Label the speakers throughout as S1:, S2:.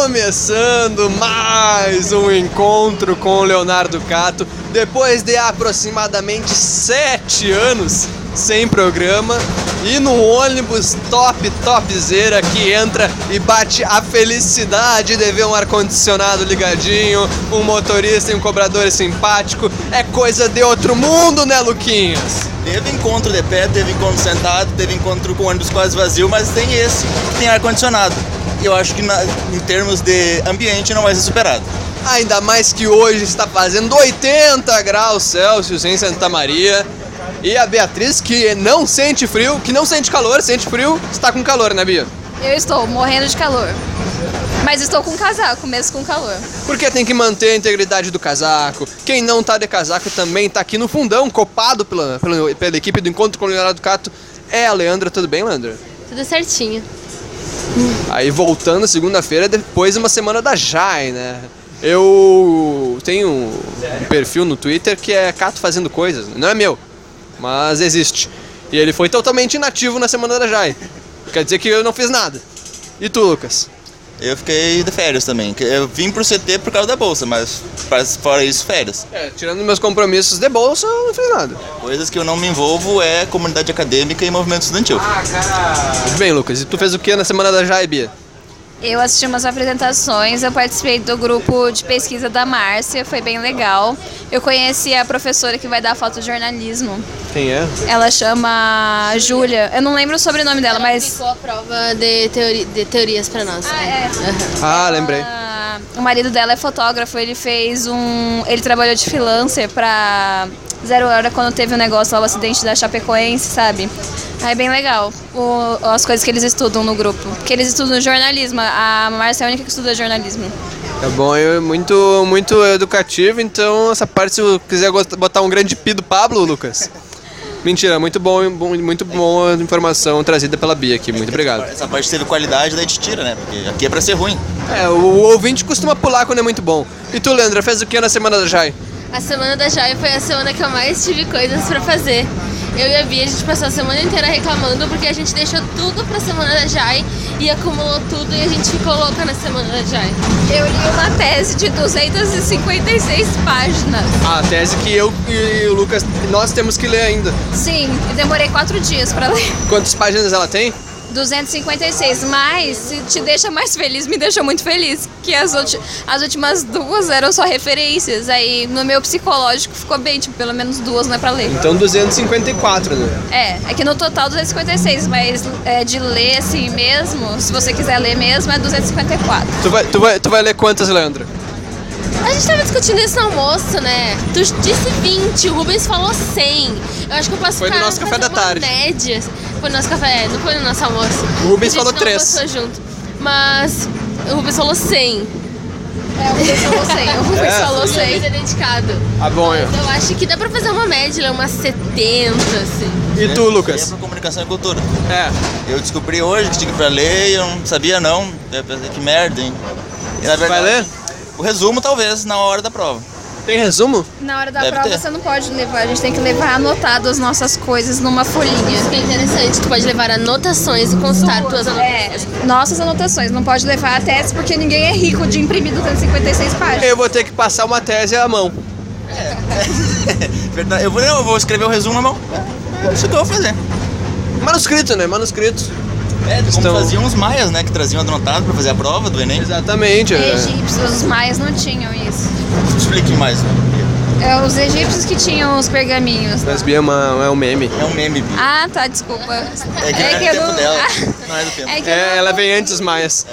S1: Começando mais um encontro com o Leonardo Cato, depois de aproximadamente sete anos sem programa e num ônibus top, topzera que entra e bate a felicidade de ver um ar-condicionado ligadinho, um motorista e um cobrador simpático. É coisa de outro mundo, né, Luquinhas?
S2: Teve encontro de pé, teve encontro sentado, teve encontro com ônibus quase vazio, mas tem esse que tem ar-condicionado. E eu acho que na- em termos de ambiente não vai ser superado.
S1: Ainda mais que hoje está fazendo 80 graus Celsius em Santa Maria. E a Beatriz, que não sente frio, que não sente calor, sente frio, está com calor, né, Bia?
S3: Eu estou morrendo de calor. Mas estou com casaco, mesmo com calor.
S1: Porque tem que manter a integridade do casaco. Quem não tá de casaco também tá aqui no fundão, copado pela, pela, pela equipe do Encontro com o Leonardo Cato. É a Leandra, tudo bem, Leandra?
S3: Tudo certinho.
S1: Aí voltando segunda-feira, depois de uma semana da Jai, né? Eu tenho um perfil no Twitter que é Cato Fazendo Coisas. Não é meu, mas existe. E ele foi totalmente inativo na semana da Jai. Quer dizer que eu não fiz nada. E tu, Lucas?
S2: Eu fiquei de férias também. que Eu vim pro CT por causa da bolsa, mas pra- fora isso, férias.
S1: É, tirando meus compromissos de bolsa, eu não fiz nada.
S2: Coisas que eu não me envolvo é comunidade acadêmica e movimento estudantil.
S1: Ah. Muito bem, Lucas. E tu fez o que na semana da Jai, Bia?
S3: Eu assisti umas apresentações, eu participei do grupo de pesquisa da Márcia, foi bem legal. Eu conheci a professora que vai dar foto de jornalismo.
S1: Quem é?
S3: Ela chama Júlia. Eu não lembro o sobrenome dela,
S4: Ela
S3: mas.
S4: aplicou a prova de, teori- de teorias pra nós.
S3: Ah,
S4: né?
S3: é.
S4: Aham.
S1: Ah, lembrei.
S3: Ah, O marido dela é fotógrafo, ele fez um. Ele trabalhou de freelancer pra Zero Hora quando teve o negócio lá, o acidente da Chapecoense, sabe? Aí é bem legal o- as coisas que eles estudam no grupo. Porque eles estudam jornalismo, a Márcia é a única que estuda jornalismo.
S1: É bom, é muito, muito educativo, então essa parte se eu quiser gost- botar um grande pi do Pablo, Lucas. Mentira, muito bom, bom- muito boa informação trazida pela Bia aqui, muito obrigado.
S2: Essa parte teve qualidade, daí te tira, né? Porque aqui é pra ser ruim.
S1: É, o, o ouvinte costuma pular quando é muito bom. E tu, Leandra, fez o que na semana da Jai?
S4: A semana da Joia foi a semana que eu mais tive coisas pra fazer. Eu e a Bia, a gente passou a semana inteira reclamando porque a gente deixou tudo pra semana da Jai e acumulou tudo e a gente ficou louca na semana da Jai.
S3: Eu li uma tese de 256 páginas.
S1: A tese que eu e o Lucas, nós temos que ler ainda.
S3: Sim, eu demorei quatro dias pra ler.
S1: Quantas páginas ela tem?
S3: 256, mas se te deixa mais feliz, me deixou muito feliz. Que as, ulti- as últimas duas eram só referências. Aí no meu psicológico ficou bem, tipo, pelo menos duas não é pra ler.
S1: Então 254, né?
S3: É, é que no total 256, mas é, de ler assim mesmo, se você quiser ler mesmo, é 254.
S1: Tu vai, tu vai, tu vai ler quantas, Leandra?
S4: A gente tava discutindo isso no almoço, né? Tu disse 20, o Rubens falou 100. Eu acho que eu posso
S1: Foi no
S4: ficar
S1: nosso café da
S4: fazendo uma
S1: tarde.
S4: Média. Foi no nosso café, é, não foi no nosso almoço.
S1: O Rubens
S4: A gente
S1: falou
S4: não
S1: três.
S4: almoçou junto. Mas o Rubens falou 100.
S3: É, o Rubens falou 100, o Rubens
S1: É.
S3: falou
S4: O Rubens
S3: 100.
S4: é dedicado.
S1: Ah, bom. eu-
S4: Eu acho que dá pra fazer uma média, né? umas 70, assim.
S1: E tu, Lucas?
S2: Sempre é comunicação e cultura.
S1: É.
S2: Eu descobri hoje que tinha pra ler e eu não sabia não. Eu pensei, que merda, hein? E, na
S1: Vai ler?
S2: O resumo talvez na hora da prova.
S1: Tem resumo?
S3: Na hora da
S2: Deve
S3: prova
S2: ter.
S3: você não pode levar, a gente tem que levar anotado as nossas coisas numa folhinha.
S4: Isso que é interessante, tu pode levar anotações e constar tuas anotações.
S3: É, nossas anotações. Não pode levar a tese porque ninguém é rico de imprimir 256 páginas.
S1: Eu vou ter que passar uma tese à mão.
S2: Verdade. Eu vou, eu vou escrever o resumo na mão. É Isso que eu vou fazer.
S1: Manuscrito, né? Manuscrito.
S2: É, como
S1: Estão-
S2: faziam os maias, né? Que traziam anotado pra fazer a prova do Enem.
S1: Exatamente. é.
S3: Egípcios, os maias não tinham isso.
S2: Explique mais.
S3: É os egípcios que tinham os pergaminhos.
S1: Mas Bia é, uma- é um meme.
S2: É um meme. Bia.
S3: Ah, tá, desculpa.
S2: É que não é do tempo dela. Não é do tempo.
S3: É que
S1: É,
S3: eu,
S1: ela
S3: não,
S1: vem antes dos maias.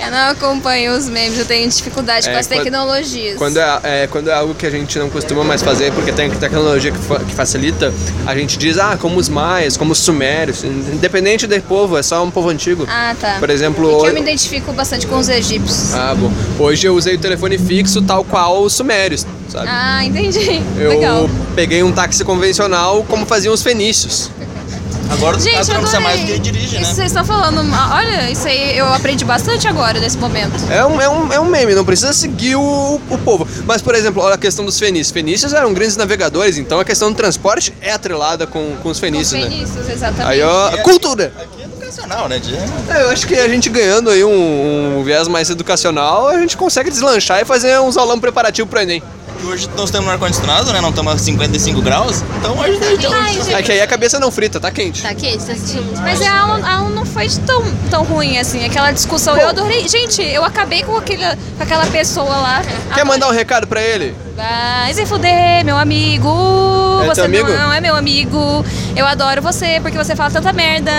S3: eu não acompanho os memes, eu tenho dificuldade
S1: É,
S3: com as
S1: quando-
S3: tecnologias.
S1: Quando é, é, quando é algo que a gente não costuma mais fazer, porque tem tecnologia que, fa- que facilita, a gente diz, ah, como os maias, como os sumérios. Independente do povo, é só um povo antigo.
S3: Ah, tá.
S1: Por exemplo,
S3: Porque
S1: hoje...
S3: eu me identifico bastante com os egípcios.
S1: Ah, bom. Hoje eu usei o telefone fixo tal qual os sumérios, sabe?
S3: Ah, entendi.
S1: eu
S3: Legal.
S1: peguei um táxi convencional como faziam os fenícios.
S2: Agora
S1: Tá
S2: os caras
S3: Gente,
S2: não
S3: eu
S2: precisa
S3: adorei.
S2: mais do que ele dirige,
S3: Isso
S2: né?
S3: vocês estão falando. Olha, isso aí eu aprendi bastante agora nesse momento.
S1: É um, é, um, é um meme, não precisa seguir o, o povo. Mas, por exemplo, olha a questão dos fenícios. Fenícios eram grandes navegadores, então a questão do transporte é atrelada com, com os fenícios, né?
S3: Fenícios, exatamente.
S1: Aí, ó, cultura!
S2: Aqui é educacional. semanal, né? De...
S1: É, eu acho que a gente ganhando aí um, um viés mais educacional, a gente consegue deslanchar e fazer uns aulão preparativo pro Enem.
S2: E Hoje nós estamos no ar-condicionado, né? Não estamos a 55 graus. Então hoje deve ter
S4: Ai,
S1: É que aí a cabeça não frita, tá quente.
S4: Tá quente, tá sentindo muito
S3: Mas a aula, a aula não foi tão, tão ruim assim, aquela discussão. Eu adorei. Gente, eu acabei com, aquele, com aquela pessoa lá.
S1: Quer mandar um recado pra ele?
S3: Vai se fuder, meu amigo.
S1: É
S3: você
S1: teu amigo?
S3: não é meu amigo. Eu adoro você porque você fala tanta merda.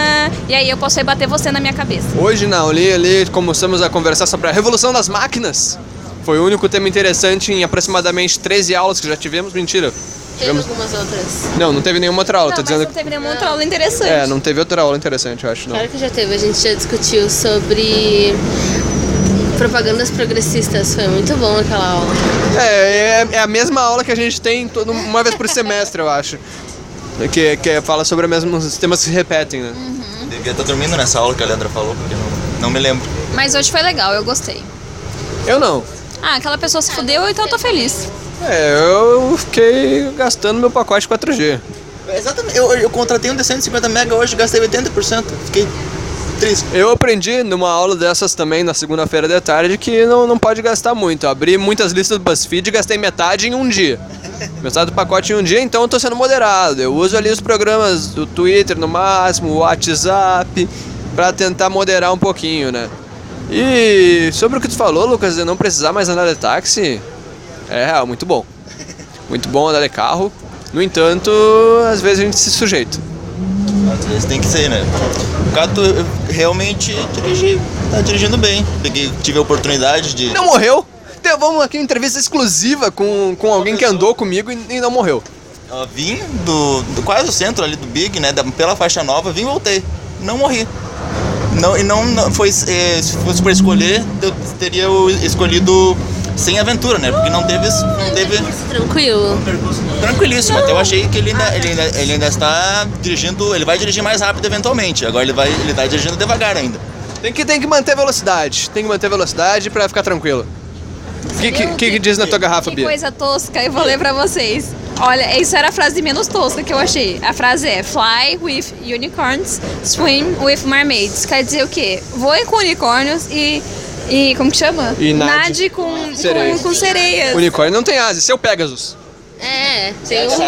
S3: E aí eu posso rebater você na minha cabeça.
S1: Hoje na Oli ali começamos a conversar sobre a revolução das máquinas. Foi o único tema interessante em aproximadamente 13 aulas que já tivemos. Mentira.
S4: Teve
S1: Tivemos-
S4: algumas outras.
S1: Não, não teve nenhuma outra aula,
S3: não,
S1: tô
S3: mas
S1: dizendo
S3: não
S1: que.
S3: teve nenhuma outra aula interessante.
S1: É, não teve outra aula interessante, eu acho, não.
S4: Claro que já teve, a gente já discutiu sobre propagandas progressistas. Foi muito bom aquela aula.
S1: É, é, é a mesma aula que a gente tem todo, uma vez por semestre, eu acho. Que, que fala sobre os mesmos temas que se repetem, né?
S2: Devia estar dormindo nessa aula que a Leandra falou, porque não, não me lembro.
S3: Mas hoje foi legal, eu gostei.
S1: Eu não.
S3: Ah, aquela pessoa se fudeu, então eu tô feliz.
S1: É, eu fiquei gastando meu pacote 4G.
S2: É, Exatamente. Eu, eu contratei um de 150 mega hoje, gastei 80%. Fiquei triste.
S1: Eu aprendi numa aula dessas também, na segunda-feira de tarde, que não, não pode gastar muito. Eu abri muitas listas do BuzzFeed e gastei metade em um dia. Metade do pacote em um dia, então eu tô sendo moderado. Eu uso ali os programas do Twitter no máximo, o WhatsApp, pra tentar moderar um pouquinho, né? E sobre o que tu falou, Lucas, de não precisar mais andar de táxi, é real, muito bom. Muito bom andar de carro. No entanto, às vezes a gente se sujeita.
S2: Às vezes tem que ser, né? No caso, eu realmente dirigi, tá dirigindo bem. Peguei, tive a oportunidade de.
S1: não morreu. Então vamos aqui uma entrevista exclusiva com, com alguém que andou comigo e, e não morreu.
S2: Ó, vim do, do quase o centro ali do Big, né? da- pela faixa nova, vim e voltei. Não morri. Não, e não, não- foi. eh, se fosse pra escolher, eu teria o- escolhido sem aventura, né? Porque não teve. Não teve
S1: É.
S4: Tranquilo.
S2: tranquilíssimo. Até eu achei que ele
S3: Ah,
S2: ainda, ele, ainda,
S3: é.
S2: ele ainda está dirigindo. Ele vai dirigir mais rápido eventualmente. Agora ele vai. Ele tá dirigindo devagar ainda.
S1: Tem que, tem que manter a velocidade. Tem que manter a velocidade pra ficar tranquilo. O que, que, que diz na tua garrafa,
S3: Que
S1: Bia?
S3: coisa tosca, eu vou ler pra vocês. Olha, isso era a frase menos tosca que eu achei. A frase é Fly with unicorns, swim with mermaids. Quer dizer o quê? Voe com unicórnios e. E como que chama?
S1: E nade.
S3: com,
S1: Sereias.
S3: com, com sereias.
S1: Unicórnio não tem asas, seu Pegasus.
S4: É, tem um.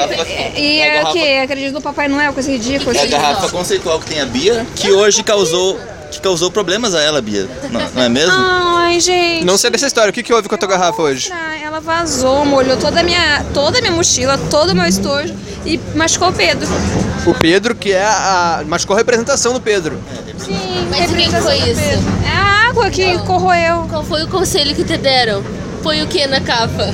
S3: E
S2: É a
S3: é o
S2: garrafa-
S3: quê? Acredito no Papai Noel, coisa ridícula.
S2: É a
S3: assim.
S2: garrafa conceitual que tem a Bia, que hoje causou. Que causou problemas a ela, Bia. Não, não é
S3: Ah.
S2: mesmo?
S3: Ai, gente.
S1: Não sei dessa história. O que, que houve com a tua garrafa hoje?
S3: Ah, Ela vazou, molhou toda a minha, toda a minha mochila, todo o meu estojo e machucou o Pedro.
S1: O Pedro, que é a. Machucou a representação do Pedro.
S3: Sim,
S4: Mas o que que foi isso?
S3: É a água que corroeu.
S4: Qual foi o conselho que te deram? Põe o que na capa?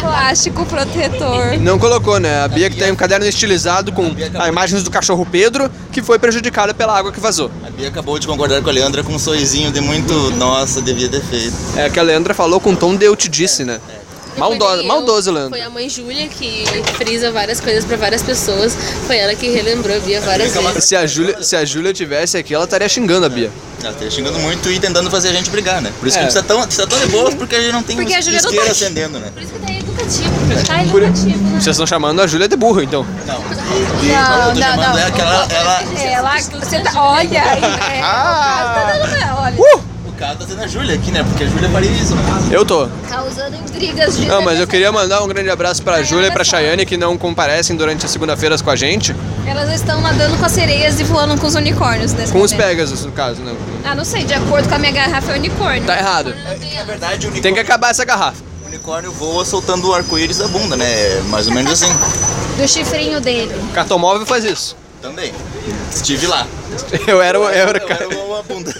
S3: Plástico protetor.
S1: Não colocou, né? A Bia que tem um caderno estilizado com a imagens do cachorro Pedro, que foi prejudicada pela água que vazou.
S2: A Bia acabou de concordar com a Leandra com um sorrisinho de muito. Nossa, devia ter feito.
S1: É que a Leandra falou com um tom de eu te disse, né? Maldosa, maldosa, Leandra.
S4: Foi a mãe Júlia que frisa várias coisas pra várias pessoas. Foi ela que relembrou a Bia várias vezes.
S1: Se a Júlia, se a Júlia tivesse aqui, ela estaria xingando a Bia.
S2: Ela tá xingando muito e tentando fazer a gente brigar, né? Por isso
S1: É.
S2: que a gente tá tão, tá tão de boas, porque a gente não tem
S3: Porque a Júlia não
S2: isqueiro
S3: tá-
S2: acendendo, né?
S4: Por isso que tá educativo. Tá
S1: Por-
S4: educativo, né?
S1: Vocês estão chamando a Júlia de burro, então.
S2: Não, eu
S3: Não,
S2: tô
S3: não,
S2: chamando
S3: não.
S2: ela que ela, é ela-
S3: É, Ela, você tá, olha, é, o caso tá
S1: Ah!
S3: dando, olha.
S2: O caso tá sendo a Júlia aqui, né? Porque a Júlia é isso, né?
S1: Eu tô.
S4: Causando intrigas de.
S1: Não, mas eu queria mandar um grande abraço pra Júlia e pra Chayane, que não comparecem durante as segunda-feiras com a gente.
S3: Elas estão nadando com as sereias e voando com os unicórnios nesse
S1: Com os
S3: momento.
S1: Pegasus, no caso, né?
S3: Ah, não sei, de acordo com a minha garrafa é unicórnio.
S1: Tá errado.
S2: Na É verdade, o unicórnio,
S1: Tem que acabar essa garrafa.
S2: o unicórnio voa soltando o arco-íris da bunda, né? Mais ou menos assim.
S3: Do chifrinho dele.
S1: Cartomóvel faz isso.
S2: Também. Estive lá.
S1: Eu era, o- eu era, o
S2: Eu
S1: cara.
S2: era uma bunda.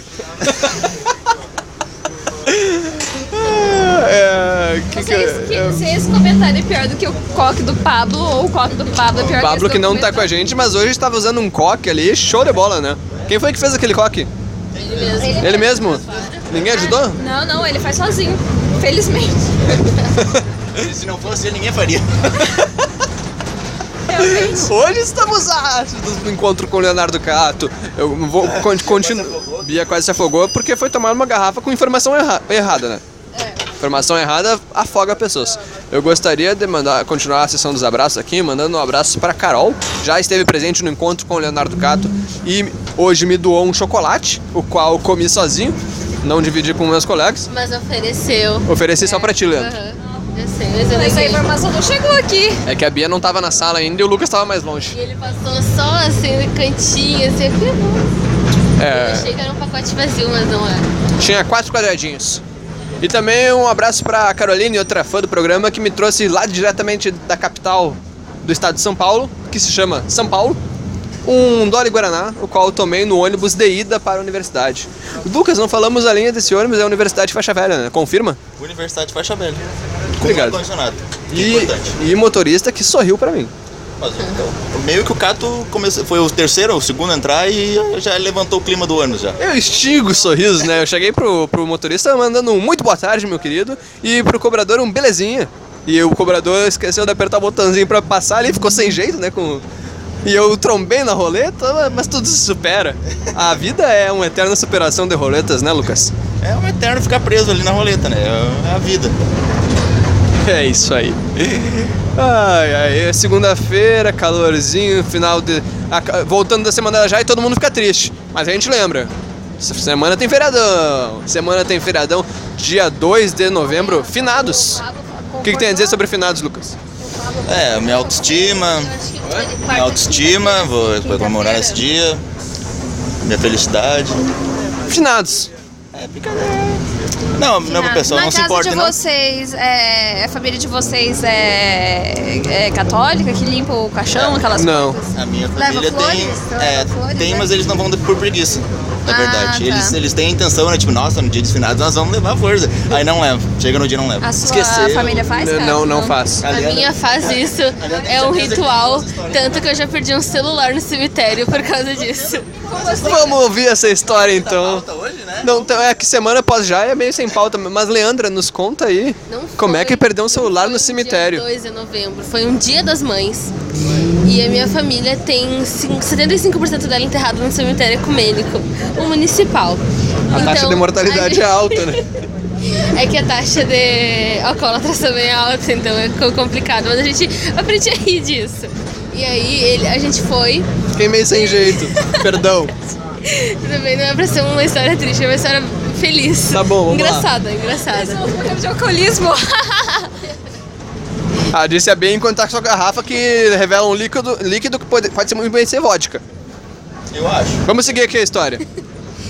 S1: É, que que
S3: Vocês, que,
S1: eu-
S3: se esse comentário é pior do que o coque do Pablo, ou o coque do Pablo é pior
S1: Pablo
S3: esse
S1: que não tá
S3: documentário.
S1: com a gente, mas hoje estava usando um coque ali, show de bola, né? Quem foi que fez aquele coque?
S4: Ele mesmo.
S1: Ele mesmo? Ninguém ajudou?
S3: Não, não, ele faz sozinho. Felizmente.
S2: Se não fosse ele, ninguém faria.
S3: Realmente.
S1: Hoje estamos ácidos no encontro com o Leonardo Cato. Eu vou continuar. Bia quase se afogou porque foi tomar uma garrafa com informação erra- errada, né? Informação errada afoga pessoas. Eu gostaria de mandar, continuar a sessão dos abraços aqui, mandando um abraço para Carol. Já esteve presente no encontro com o Leonardo Cato e hoje me doou um chocolate, o qual eu comi sozinho, não dividi com meus colegas.
S4: Mas ofereceu.
S1: Ofereci só para ti, Leandro.
S4: Aham. Eu sei, mas eu
S3: Mas a
S4: lembrei.
S3: informação não chegou aqui.
S1: É que a Bia não tava na sala ainda e o Lucas tava mais longe.
S4: E ele passou só assim no cantinho, assim, eu que bom. Eu
S1: É,
S4: achei que era um pacote vazio, mas não é.
S1: tinha quatro quadradinhos. E também um abraço pra Caroline, outra fã do programa, que me trouxe lá diretamente da capital do estado de São Paulo, que se chama São Paulo, um Dolly Guaraná, o qual eu tomei no ônibus de ida para a universidade. Lucas, não falamos a linha desse ônibus, é a Universidade Faixa Velha, né? Confirma?
S2: Universidade Faixa Velha. Com
S1: Obrigado.
S2: ar-condicionado. Que
S1: E,
S2: importante.
S1: e motorista que sorriu pra mim.
S2: Mas, então, meio que o Cato começou, foi o terceiro ou o segundo a entrar e já levantou o clima do ano já.
S1: Eu extingo os sorrisos, né? Eu cheguei pro, pro motorista mandando um muito boa tarde, meu querido, e pro cobrador um belezinha. E o cobrador esqueceu de apertar o botãozinho pra passar ali, ficou sem jeito, né? Com... E eu trombei na roleta, mas tudo se supera. A vida é uma eterna superação de roletas, né, Lucas?
S2: É um eterno ficar preso ali na roleta, né? É a vida.
S1: É isso aí. Ai, ai, é segunda-feira, calorzinho, final de. a- Voltando da semana já e todo mundo fica triste. Mas a gente lembra. Essa semana tem feriadão. Semana tem feriadão, dia 2 de novembro, finados. O que, que tem a dizer sobre finados, Lucas?
S2: É, minha autoestima,
S4: Acho que
S2: minha autoestima, vou, vou comemorar esse dia. Minha felicidade.
S1: Finados.
S2: É brincadeira. Não, não,
S3: Na-
S2: pessoal,
S3: na
S2: não se
S3: casa
S2: importa,
S3: de
S2: não.
S3: vocês, é, a família de vocês é, é católica, que limpa o caixão, aquelas
S1: Não.
S3: coisas?
S2: A minha
S3: Leva
S2: família tem.
S3: flores?
S2: É,
S3: Leva flores,
S2: tem,
S3: né?
S2: mas eles não vão por preguiça. Na
S3: Ah,
S2: verdade.
S3: tá.
S2: Eles, eles têm a intenção, né? Tipo, nossa, no dia dos finados nós vamos levar força. Aí não leva. Chega no dia e não leva.
S3: A sua
S2: Esqueceu.
S3: família faz?
S1: N-
S3: cara?
S1: Não, não faz.
S4: A minha faz isso, é um ritual, tanto que eu já perdi um celular no cemitério por causa disso.
S1: Vamos ouvir essa história então.
S2: hoje, né?
S1: Não, então, é que semana após já é meio sem pauta, mas Leandra, nos conta aí
S4: Não
S1: como
S4: foi.
S1: é que perdeu um celular
S4: Foi
S1: no cemitério.
S4: Dia 2 de novembro, foi um dia das mães. E a minha família tem cin- 75% dela enterrada no cemitério ecumênico, o municipal.
S1: A taxa
S4: Então,
S1: de mortalidade é alta, né?
S4: É que a taxa de alcoólatras também é alta, então é co- complicado, mas a gente aprende a rir disso. E aí ele- a gente foi,
S1: Fiquei meio sem jeito. Perdão.
S4: também não é pra ser uma história triste, é uma história feliz.
S1: Tá bom, vamos lá.
S4: Engraçada, engraçada.
S3: De alcoolismo.
S1: Ah, disse a Bia em contato com a garrafa que revela um líquido, líquido que pode, pode ser muito bem ser vodka.
S2: Eu acho.
S1: Vamos seguir aqui a história.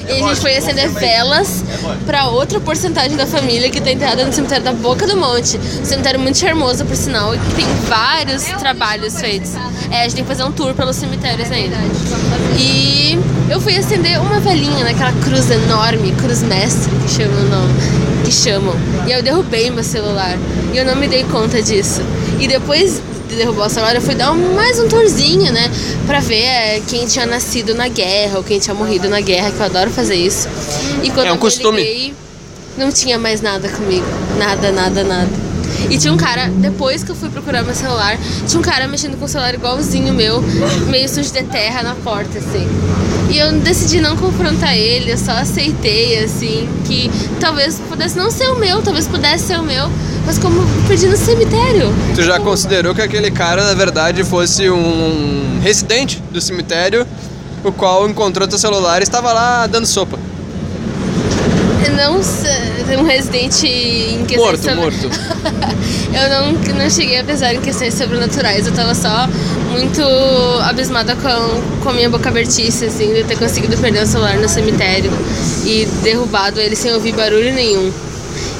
S4: E a gente foi acender velas pra outra porcentagem da família que tá enterrada no cemitério da Boca do Monte. Um cemitério muito charmoso, por sinal, e que tem vários trabalhos feitos. É, a gente tem que fazer um tour pelos cemitérios ainda. E eu fui acender uma velhinha naquela cruz enorme, cruz mestre, que chamam o nome, que chamam. E aí eu derrubei meu celular. E eu não me dei conta disso. E depois de derrubar o celular, eu fui dar um- mais um tourzinho, né? Pra ver é, quem tinha nascido na guerra ou quem tinha morrido na guerra, que eu adoro fazer isso. E quando
S1: É um
S4: eu
S1: costume.
S4: liguei, não tinha mais nada comigo. Nada, nada, nada. E tinha um cara, depois que eu fui procurar meu celular, tinha um cara mexendo com o celular igualzinho o meu, meio sujo de terra na porta, assim. E eu decidi não confrontar ele, eu só aceitei, assim, que talvez pudesse não ser o meu, talvez pudesse ser o meu, mas como eu perdi no cemitério.
S1: Tu já considerou que aquele cara, na verdade, fosse um residente do cemitério, o qual encontrou teu celular e estava lá dando sopa.
S4: Eu Não sei, um residente em questões
S1: Morto,
S4: sobre-
S1: morto.
S4: eu não, não cheguei a pensar em questões sobrenaturais, eu tava só muito abismada com, com a minha boca abertice, assim, de ter conseguido perder o celular no cemitério e derrubado ele sem ouvir barulho nenhum.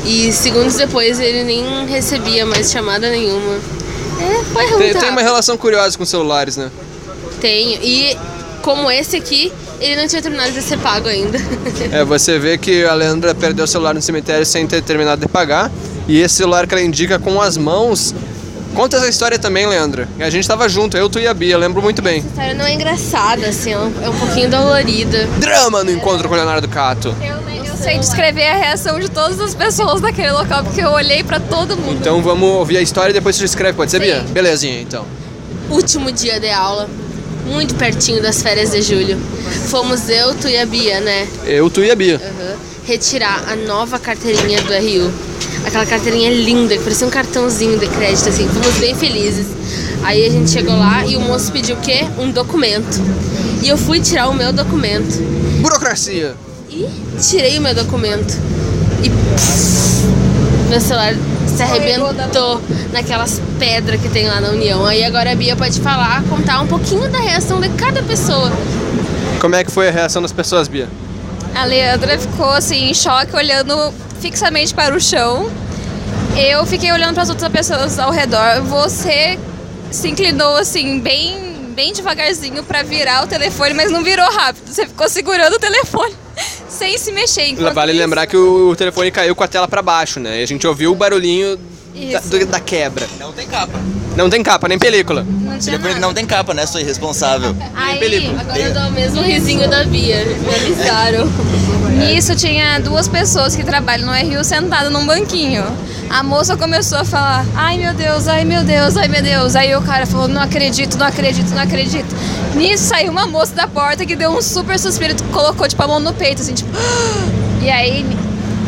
S4: E segundos depois ele nem recebia mais chamada nenhuma. É, foi
S1: Tem,
S4: muito
S1: tem
S4: rápido.
S1: uma relação curiosa com celulares, né?
S4: Tenho. E como esse aqui, ele não tinha terminado de ser pago ainda.
S1: É, você vê que a Leandra perdeu o celular no cemitério sem ter terminado de pagar. E esse celular que ela indica com as mãos. Conta essa história também, Leandra. A gente tava junto, eu, tu e a Bia, lembro muito bem.
S4: A história não é engraçada, assim, é um, é um pouquinho dolorida.
S1: Drama no encontro com o Leonardo Cato.
S3: Eu sei descrever a reação de todas as pessoas daquele local, porque eu olhei pra todo mundo.
S1: Então vamos ouvir a história e depois você escreve, pode ser, Bia? Belezinha, então.
S4: último dia de aula, muito pertinho das férias de julho. Fomos eu, tu e a Bia, né?
S1: Eu, tu e a Bia.
S4: Aham. Retirar a nova carteirinha do RU. Aquela carteirinha linda, que parecia um cartãozinho de crédito, assim, fomos bem felizes. Aí a gente chegou lá e o moço pediu o quê? Um documento. E eu fui tirar o meu documento.
S1: Burocracia!
S4: E tirei o meu documento. E pss, meu celular se arrebentou naquelas pedras que tem lá na União. Aí agora a Bia pode falar, contar um pouquinho da reação de cada pessoa.
S1: Como é que foi a reação das pessoas, Bia?
S3: A Leandra ficou assim em choque, olhando fixamente para o chão. Eu fiquei olhando para as outras pessoas ao redor. Você se inclinou assim bem bem devagarzinho para virar o telefone, mas não virou rápido. Você ficou segurando o telefone sem se mexer. enquanto
S1: Vale
S3: isso-
S1: lembrar que o telefone caiu com a tela pra baixo, né? E a gente ouviu o barulhinho da,
S3: Isso.
S1: do- da quebra.
S2: Não tem capa.
S1: Não tem capa, nem película.
S3: não tinha
S2: Depois
S3: nada.
S2: que Não tem capa, né? Sou irresponsável.
S3: Aí,
S4: Agora eu dou o mesmo risinho da Bia. Me avisaram.
S3: Nisso tinha duas pessoas que trabalham no RU sentadas num banquinho. A moça começou a falar: ai meu Deus, ai meu Deus, ai meu Deus. Aí o cara falou: não acredito, não acredito, não acredito. Nisso saiu uma moça da porta que deu um super suspiro, colocou tipo a mão no peito, assim, tipo. E aí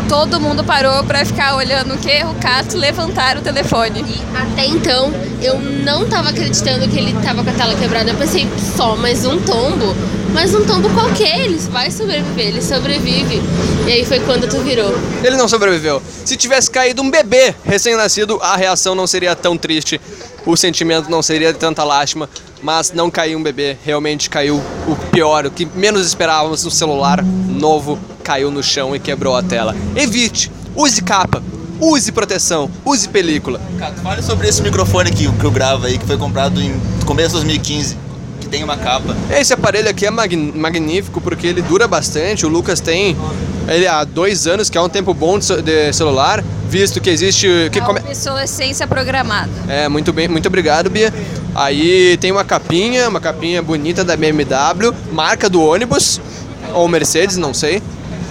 S3: todo mundo parou pra ficar olhando o que? O Cato levantar o telefone.
S4: E até então eu não tava acreditando que ele tava com a tela quebrada. Eu pensei, só mais um tombo. Mas um tombo qualquer, ele vai sobreviver, ele sobrevive. E aí foi quando tu virou.
S1: Ele não sobreviveu. Se tivesse caído um bebê recém-nascido, a reação não seria tão triste, o sentimento não seria de tanta lástima, mas não caiu um bebê, realmente caiu o pior, o que menos esperávamos, um celular novo caiu no chão e quebrou a tela. Evite, use capa, use proteção, use película.
S2: Cara, fale sobre esse microfone que, que eu gravo aí, que foi comprado em começo de 2015, que tem uma capa.
S1: Esse aparelho aqui é magn- magnífico porque ele dura bastante. O Lucas tem ele há dois anos, que é um tempo bom de, ce- de celular, visto que existe. Que
S3: a
S1: come-
S3: obsolescência programada.
S1: É, muito bem, muito obrigado, Bia. Aí tem uma capinha, uma capinha bonita da BMW, marca do ônibus, ou Mercedes, não sei.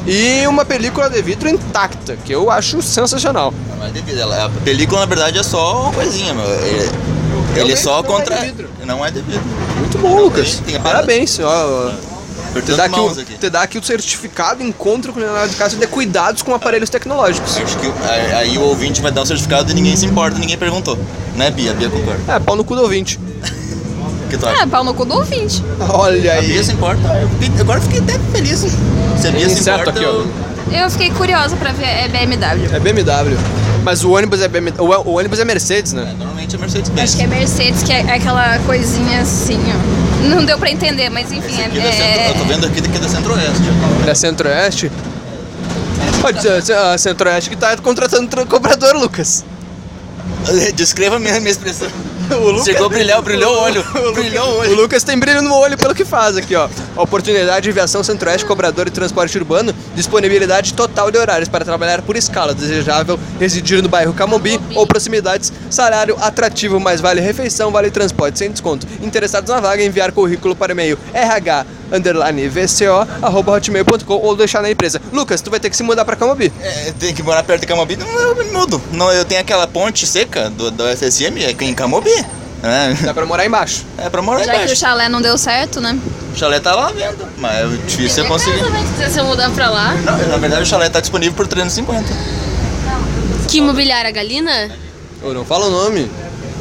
S1: E uma película de vidro intacta, que eu acho sensacional.
S2: Mas devido, ela- a película na verdade é só uma coisinha, meu. Ele, ele é
S1: Realmente não
S2: só
S1: é
S2: contra.
S1: de vidro.
S2: Não é de vidro.
S1: Muito bom, Lucas.
S2: tem- tem a parada.
S1: Parabéns, ó. Te
S2: Apertando
S1: dá, aqui o,
S2: mãos aqui.
S1: te dá aqui o certificado encontro com o Leonardo DiCaprio de cuidados com aparelhos tecnológicos.
S2: Acho que o- aí- aí o ouvinte vai dar o certificado e ninguém se importa, ninguém perguntou. Né, Bia? Bia concorda.
S1: É, pau no cu do ouvinte.
S2: O que tu acha?
S3: Ah, pau no cu do ouvinte.
S1: Olha
S2: A Bia se importa. Eu fiquei- Agora eu fiquei até feliz. Se a Bia
S1: Tem
S2: se
S1: inseto
S2: importa,
S1: aqui, ó.
S2: eu...
S3: Eu fiquei curiosa pra ver é BMW.
S1: É BMW. Mas o ônibus é BMW. O, o ônibus é Mercedes, né?
S2: É, normalmente é Mercedes-Benz.
S3: Acho que é Mercedes, que é aquela coisinha assim, ó. Não deu pra entender, mas enfim,
S2: Esse
S3: é.
S2: aqui é da centro- Eu tô vendo aqui daqui da Centro-Oeste.
S1: É Centro-Oeste. Pode ser ser a Centro-Oeste que tá contratando tra- cobrador, Lucas.
S2: Descreva a minha, minha expressão.
S1: O Lucas-
S2: Chegou a brilhar, brilhou o olho. Brilhou o
S1: O
S2: olho.
S1: Lucas tem brilho no olho pelo que faz aqui, ó. Oportunidade de aviação Centro-Oeste, cobrador e transporte urbano. Disponibilidade total de horários para trabalhar por escala. Desejável residir no bairro Camombi, ou proximidades. Salário atrativo, mais vale refeição, vale transporte sem desconto. Interessados na vaga, enviar currículo para e-mail rh underline vco arroba hotmail.com ou deixar na empresa. Lucas, tu vai ter que se mudar para Camombi.
S2: É, tem que morar perto de Camobi. Não, eu me mudo. Não, eu tenho aquela ponte seca do, do FSM é que em Camobi.
S1: Dá
S2: É,
S1: para morar embaixo.
S2: é pra morar
S3: Já que o
S2: embaixo.
S3: chalé não deu certo, né?
S2: O chalé tá lá à venda. Mas é difícil eu conseguir.
S4: Caso vai quiser se mudar pra lá.
S2: Não, na verdade o chalé tá disponível por 350.
S4: Que imobiliária, Galina?
S1: Eu não falo o nome.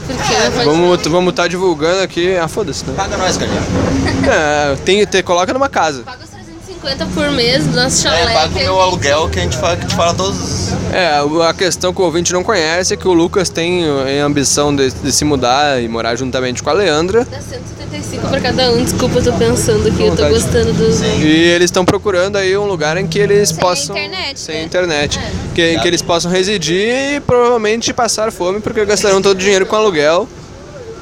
S4: Porque É, eu vou-
S1: Vamos estar vamos tá divulgando aqui. Ah, foda-se, né?
S2: Paga nós, galera.
S1: É, tem, te, coloca numa casa.
S4: paga os 350 por mês do nosso chalé.
S2: É, paga o
S4: que-
S2: meu aluguel que a gente fala, que a gente fala todos.
S1: É, a questão que o ouvinte não conhece é que o Lucas tem a ambição de, de se mudar e morar juntamente com a Leandra.
S4: Dá 175 pra cada um, desculpa, eu tô pensando que eu tô
S1: Vontade.
S4: gostando do.
S1: E eles estão procurando aí um lugar em que eles possam.
S3: internet,
S1: Sem
S3: né?
S1: internet. Que, em que eles possam residir e provavelmente passar fome, porque gastarão todo o dinheiro com aluguel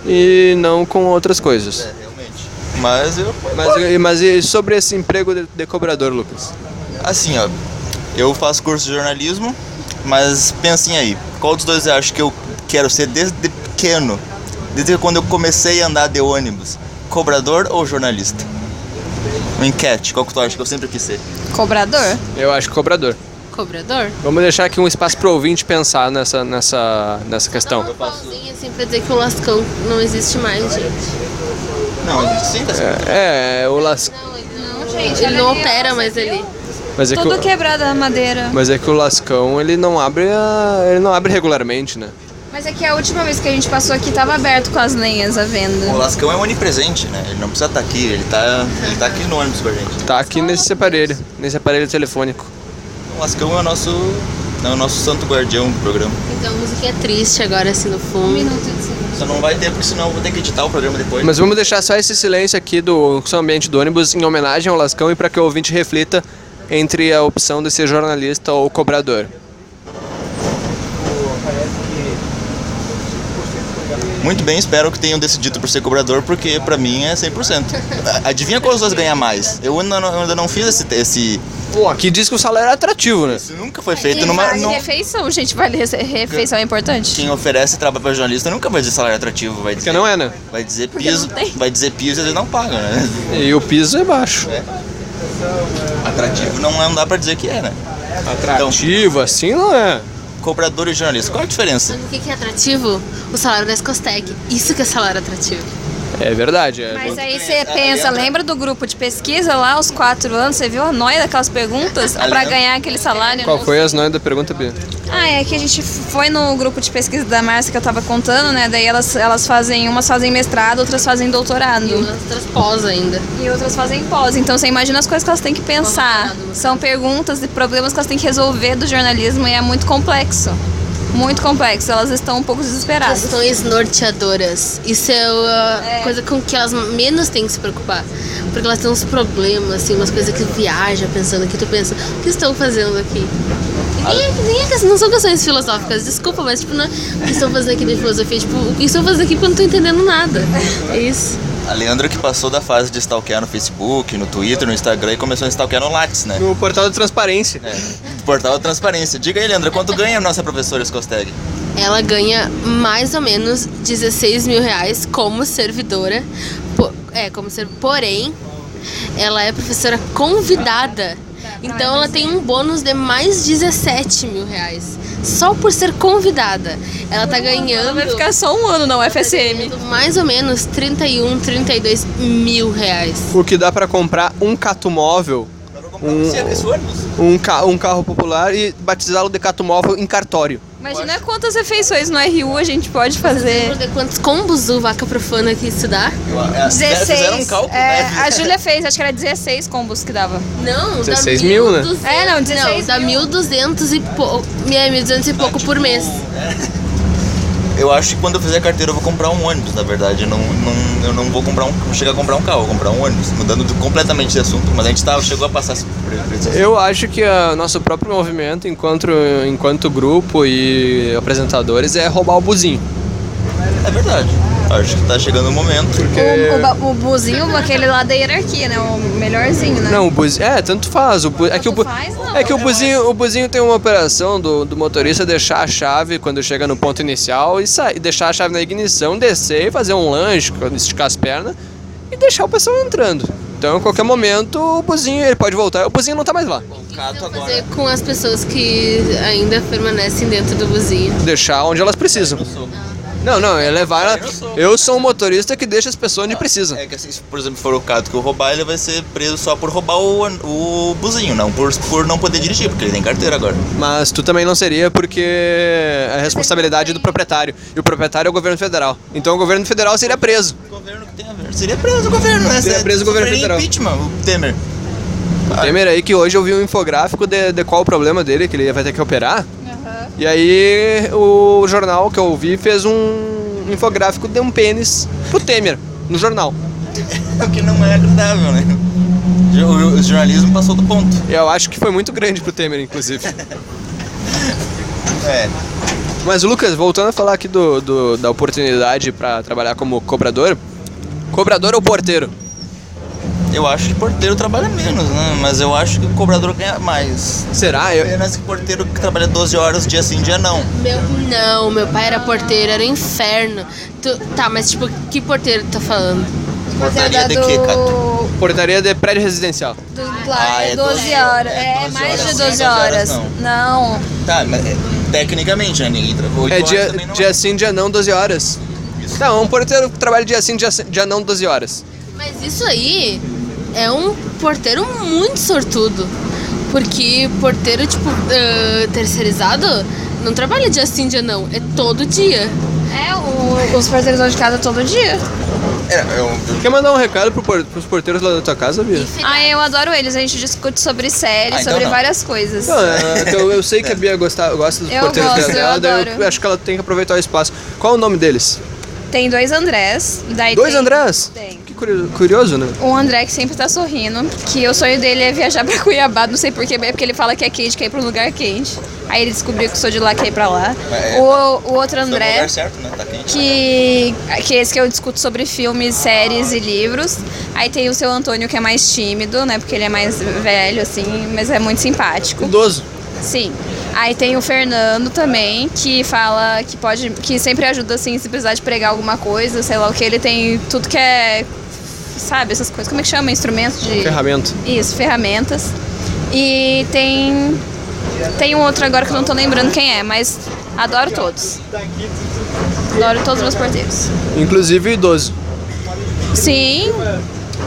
S1: e não com outras coisas.
S2: É, realmente. Mas eu.
S1: Mas, e- mas e sobre esse emprego de, de cobrador, Lucas?
S2: Assim, ó. Eu faço curso de jornalismo, mas pensem aí. Qual dos dois eu acho que eu quero ser desde pequeno? Desde quando eu comecei a andar de ônibus? Cobrador ou jornalista? Uma enquete, qual que tu acha que eu sempre quis ser?
S3: Cobrador?
S1: Eu acho cobrador.
S4: Cobrador?
S1: Vamos deixar aqui um espaço pro ouvinte pensar nessa, nessa, nessa
S4: Dá
S1: questão.
S4: uma pausinha assim pra dizer que o Lascão não existe mais, gente.
S2: Não, sim, tá certo.
S1: É, o Las...
S4: Ele não opera mais ali.
S1: Mas é que,
S3: Tudo
S1: o-
S3: quebrado a madeira.
S1: mas é que o Lascão, ele não abre a- ele não abre regularmente, né?
S3: Mas é que a última vez que a gente passou aqui tava aberto com as lenhas à venda.
S2: O Lascão é onipresente, né? Ele não precisa estar aqui, ele tá, ele tá aqui no ônibus com a gente.
S1: Tá aqui nesse aparelho, nesse aparelho telefônico.
S2: O Lascão é o nosso, é o nosso santo guardião do programa.
S4: Então a musiquinha é triste agora, assim, no
S3: Um
S4: fundo.
S3: minuto de silêncio.
S2: Só não vai ter, porque senão eu vou ter que editar o programa depois.
S1: Mas vamos deixar só esse silêncio aqui do som ambiente do ônibus em homenagem ao Lascão e para que o ouvinte reflita entre a opção de ser jornalista ou cobrador.
S2: Muito bem, espero que tenham decidido por ser cobrador, porque pra mim é 100%. A- Adivinha quantos dois ganha mais? Eu ainda não, eu ainda não fiz esse, esse...
S1: Pô, aqui diz que o salário é atrativo, né?
S2: Isso nunca foi
S3: E
S2: feito tá numa...
S3: vale
S2: num-
S3: refeição, gente. Vale rece- refeição é importante.
S2: Quem oferece trabalho pra jornalista nunca vai dizer salário atrativo, vai dizer...
S1: Porque não é, né?
S2: Vai dizer
S3: Porque
S2: piso,
S3: não tem.
S2: vai dizer piso e eles não pagam, né?
S1: E o piso é baixo.
S2: Atrativo não, não dá pra dizer que é, né?
S1: Atrativo, assim não é.
S2: Cobrador e jornalista, qual a diferença?
S4: Sabe o que que é atrativo? O salário da Escostec. Isso que é salário atrativo.
S1: É verdade. É.
S3: Mas aí
S2: ganhar.
S3: você pensa,
S2: Lembra?
S3: lembra do grupo de pesquisa lá, aos quatro anos, você viu a noia daquelas perguntas pra
S2: lembra?
S3: ganhar aquele salário?
S1: Qual foi as nós da pergunta, Bia?
S3: Ah, é que a gente foi no grupo de pesquisa da Márcia que eu tava contando, né? Daí elas, elas fazem, umas fazem mestrado, outras fazem
S4: E
S3: doutorado.
S4: umas transpós ainda.
S3: E outras fazem pós. Então você imagina as coisas que elas têm que pensar. São perguntas e problemas que elas têm que resolver do jornalismo e é muito complexo. Muito complexo. Elas estão um pouco desesperadas.
S4: Questões norteadoras. Isso é a
S3: É.
S4: coisa com que elas menos têm que se preocupar. Porque elas têm uns problemas, assim, umas coisas que viajam pensando que tu pensa, o que estão fazendo aqui? E Nem, é- nem é que- não são questões filosóficas, desculpa, mas tipo, não, é, o que estão fazendo aqui de filosofia? Tipo, o que estão fazendo aqui porque eu não tô entendendo nada. É isso.
S2: A Leandro que passou da fase de stalkear no Facebook, no Twitter, no Instagram e começou a stalkear no Lattes, né?
S1: No portal de transparência.
S2: Portal da Transparência. Diga aí, Leandro, quanto ganha a nossa professora Scosteg?
S4: Ela ganha mais ou menos 16 mil reais como servidora. Po- é, como ser, porém, ela é professora convidada. Então ela tem um bônus de mais 17 mil reais. Só por ser convidada. Ela tá ganhando. tá
S3: Ela vai ficar só um ano na UFSM.
S4: Mais ou menos 31, 32 mil reais.
S1: O que dá pra comprar um catumóvel, um, ca um carro popular e batizá-lo de catumóvel em cartório.
S3: Imagina quantas refeições no RU a gente pode fazer.
S4: De quantos combos o Vaca Profana aqui se dá?
S2: Fizeram um cálculo,
S3: é,
S2: né?
S3: a Júlia fez, acho que era 16 combos que dava.
S4: Não,
S1: 16
S4: dá
S1: mil, né?
S4: 1.200.
S3: É, não, 16
S4: Não, dá 1.200 e pouco. É, 1.200 e pouco por mês.
S2: Tipo, é. Eu acho que quando eu fizer carteira eu vou comprar um ônibus, na verdade. Eu não, não- eu não vou comprar um, não chegar a comprar um carro, eu vou comprar um ônibus. Mudando de- completamente de assunto, mas a gente tá, chegou a passar esse- por por esse assunto.
S1: Eu acho que o nosso próprio movimento, enquanto, enquanto grupo e apresentadores, é roubar o buzinho.
S2: É verdade. Acho que é- tá chegando o momento.
S3: Então, O, o, ba- o buzinho, aquele lá da hierarquia, né? O melhorzinho, né?
S1: Não, o buzinho. É, tanto faz. O bu- é que, o, bu-
S3: Tanto faz, não.
S1: é que o, buzinho, o buzinho tem uma operação do, do motorista deixar a chave quando chega no ponto inicial e sair, deixar a chave na ignição, descer, fazer um lanche, esticar as pernas e deixar o pessoal entrando. Então, em qualquer momento, o buzinho ele pode voltar. O buzinho não tá mais lá.
S2: Cato
S4: fazer é com as pessoas que ainda permanecem dentro do buzinho.
S1: Deixar onde elas precisam. Não, não, é levar. ela- Eu sou um motorista que deixa as pessoas onde precisam.
S2: É que assim, se por exemplo for o Cato que eu roubar, ele vai ser preso só por roubar o, ônibus- o buzinho, não por, por não poder dirigir, porque ele tem carteira agora.
S1: Mas tu também não seria porque é responsabilidade do proprietário. E o proprietário é o governo federal. Então o governo federal seria preso.
S2: O governo que tem a ver. Seria preso o governo, né?
S1: Seria preso o governo federal.
S2: impeachment, o Temer.
S1: Temer aí que hoje eu vi um infográfico de, de qual o problema dele, que ele vai ter que operar. E aí o jornal que eu vi fez um infográfico de um pênis pro Temer, no jornal.
S2: O que não é agradável, né? O, o- o jornalismo passou do ponto.
S1: Eu acho que foi muito grande pro Temer, inclusive.
S2: É.
S1: Mas Lucas, voltando a falar aqui do, do- da oportunidade pra trabalhar como cobrador, cobrador ou porteiro?
S2: Eu acho que porteiro trabalha menos, né? Mas eu acho que o cobrador ganha mais.
S1: Será? Ah, Eu,
S2: Apenas que porteiro que trabalha 12 horas, dia sim, dia não.
S4: Meu, não, meu pai era porteiro, era um inferno. Tu- tá, mas tipo, que porteiro tu tá falando?
S3: é
S2: Portaria de quê, Cato?
S1: portaria de prédio residencial.
S3: Do,
S2: Ah, é
S3: é 12,
S2: 12
S3: horas.
S2: é
S3: É,
S2: 12
S3: mais
S2: horas.
S3: de 12
S2: Não,
S3: horas.
S2: não.
S3: Não.
S2: Tá, mas é, tecnicamente, né? Ninguém tra- oito
S1: É
S2: horas
S1: dia,
S2: também não
S1: dia sim, dia não, 12 horas. Não, um porteiro trabalha dia sim, dia, sim- dia não, 12 horas.
S4: Mas isso aí é um porteiro muito sortudo. Porque porteiro, tipo, ah, terceirizado, não trabalha dia sim, dia não. É todo dia.
S3: É, o- os porteiros vão de casa todo dia.
S2: É, eu-
S1: Quer mandar um recado pro por- pros porteiros lá da tua casa, Bia?
S3: Ah, eu adoro eles. A gente discute sobre séries,
S2: Ah, então
S3: sobre
S2: não.
S3: várias coisas.
S1: Não, é, é que eu, eu sei que a Bia gosta, gosta dos
S3: Eu
S1: porteiros
S3: gosto,
S1: dela,
S3: eu
S1: daí
S3: adoro.
S1: acho que ela tem que aproveitar o espaço. Qual o nome deles?
S3: Tem dois Andrés. Daí
S1: Dois
S3: É tem-
S1: Andrés?
S3: Tem.
S1: Que curioso, curioso, né?
S3: O André que sempre tá sorrindo, que o sonho dele é viajar pra Cuiabá, não sei porquê, é porque ele fala que é quente, quer ir pra um lugar quente. Aí ele descobriu que sou de lá, quer ir pra lá.
S2: É.
S3: O, o outro
S2: Tá no
S3: André,
S2: lugar certo, né? Tá quente.
S3: que, que é esse que eu discuto sobre filmes, séries e livros. Aí tem o seu Antônio, que é mais tímido, né, porque ele é mais velho, assim, mas é muito simpático.
S1: Idoso.
S3: Sim. Aí tem o Fernando também, que fala que pode. que sempre ajuda, assim, se precisar de pregar alguma coisa, sei lá o que. Ele tem tudo que é. Sabe, essas coisas. Como é que chama? Instrumentos de.
S1: Ferramenta.
S3: Isso, ferramentas. E tem. Tem um outro agora que eu não tô lembrando quem é, mas adoro todos. Adoro todos os meus porteiros.
S1: Inclusive idoso.
S3: Sim,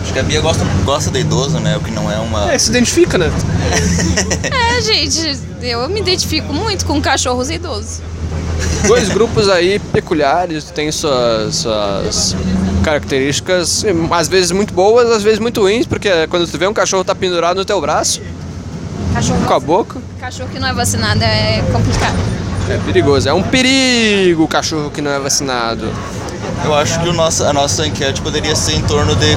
S2: Acho que a Bia gosta, gosta de idoso, né? O que não é uma.
S1: É, se identifica, né?
S3: é, gente. Eu me identifico muito com cachorros idosos.
S1: Dois grupos aí peculiares, têm suas, suas características, às vezes muito boas, às vezes muito ruins, porque quando tu vê um cachorro tá pendurado no teu braço,
S3: Cachorro,
S1: com a boca,
S3: cachorro que não é vacinado é complicado.
S1: é perigoso. É um perigo o cachorro que não é vacinado.
S2: Eu acho que o nosso, a nossa enquete poderia ser em torno de.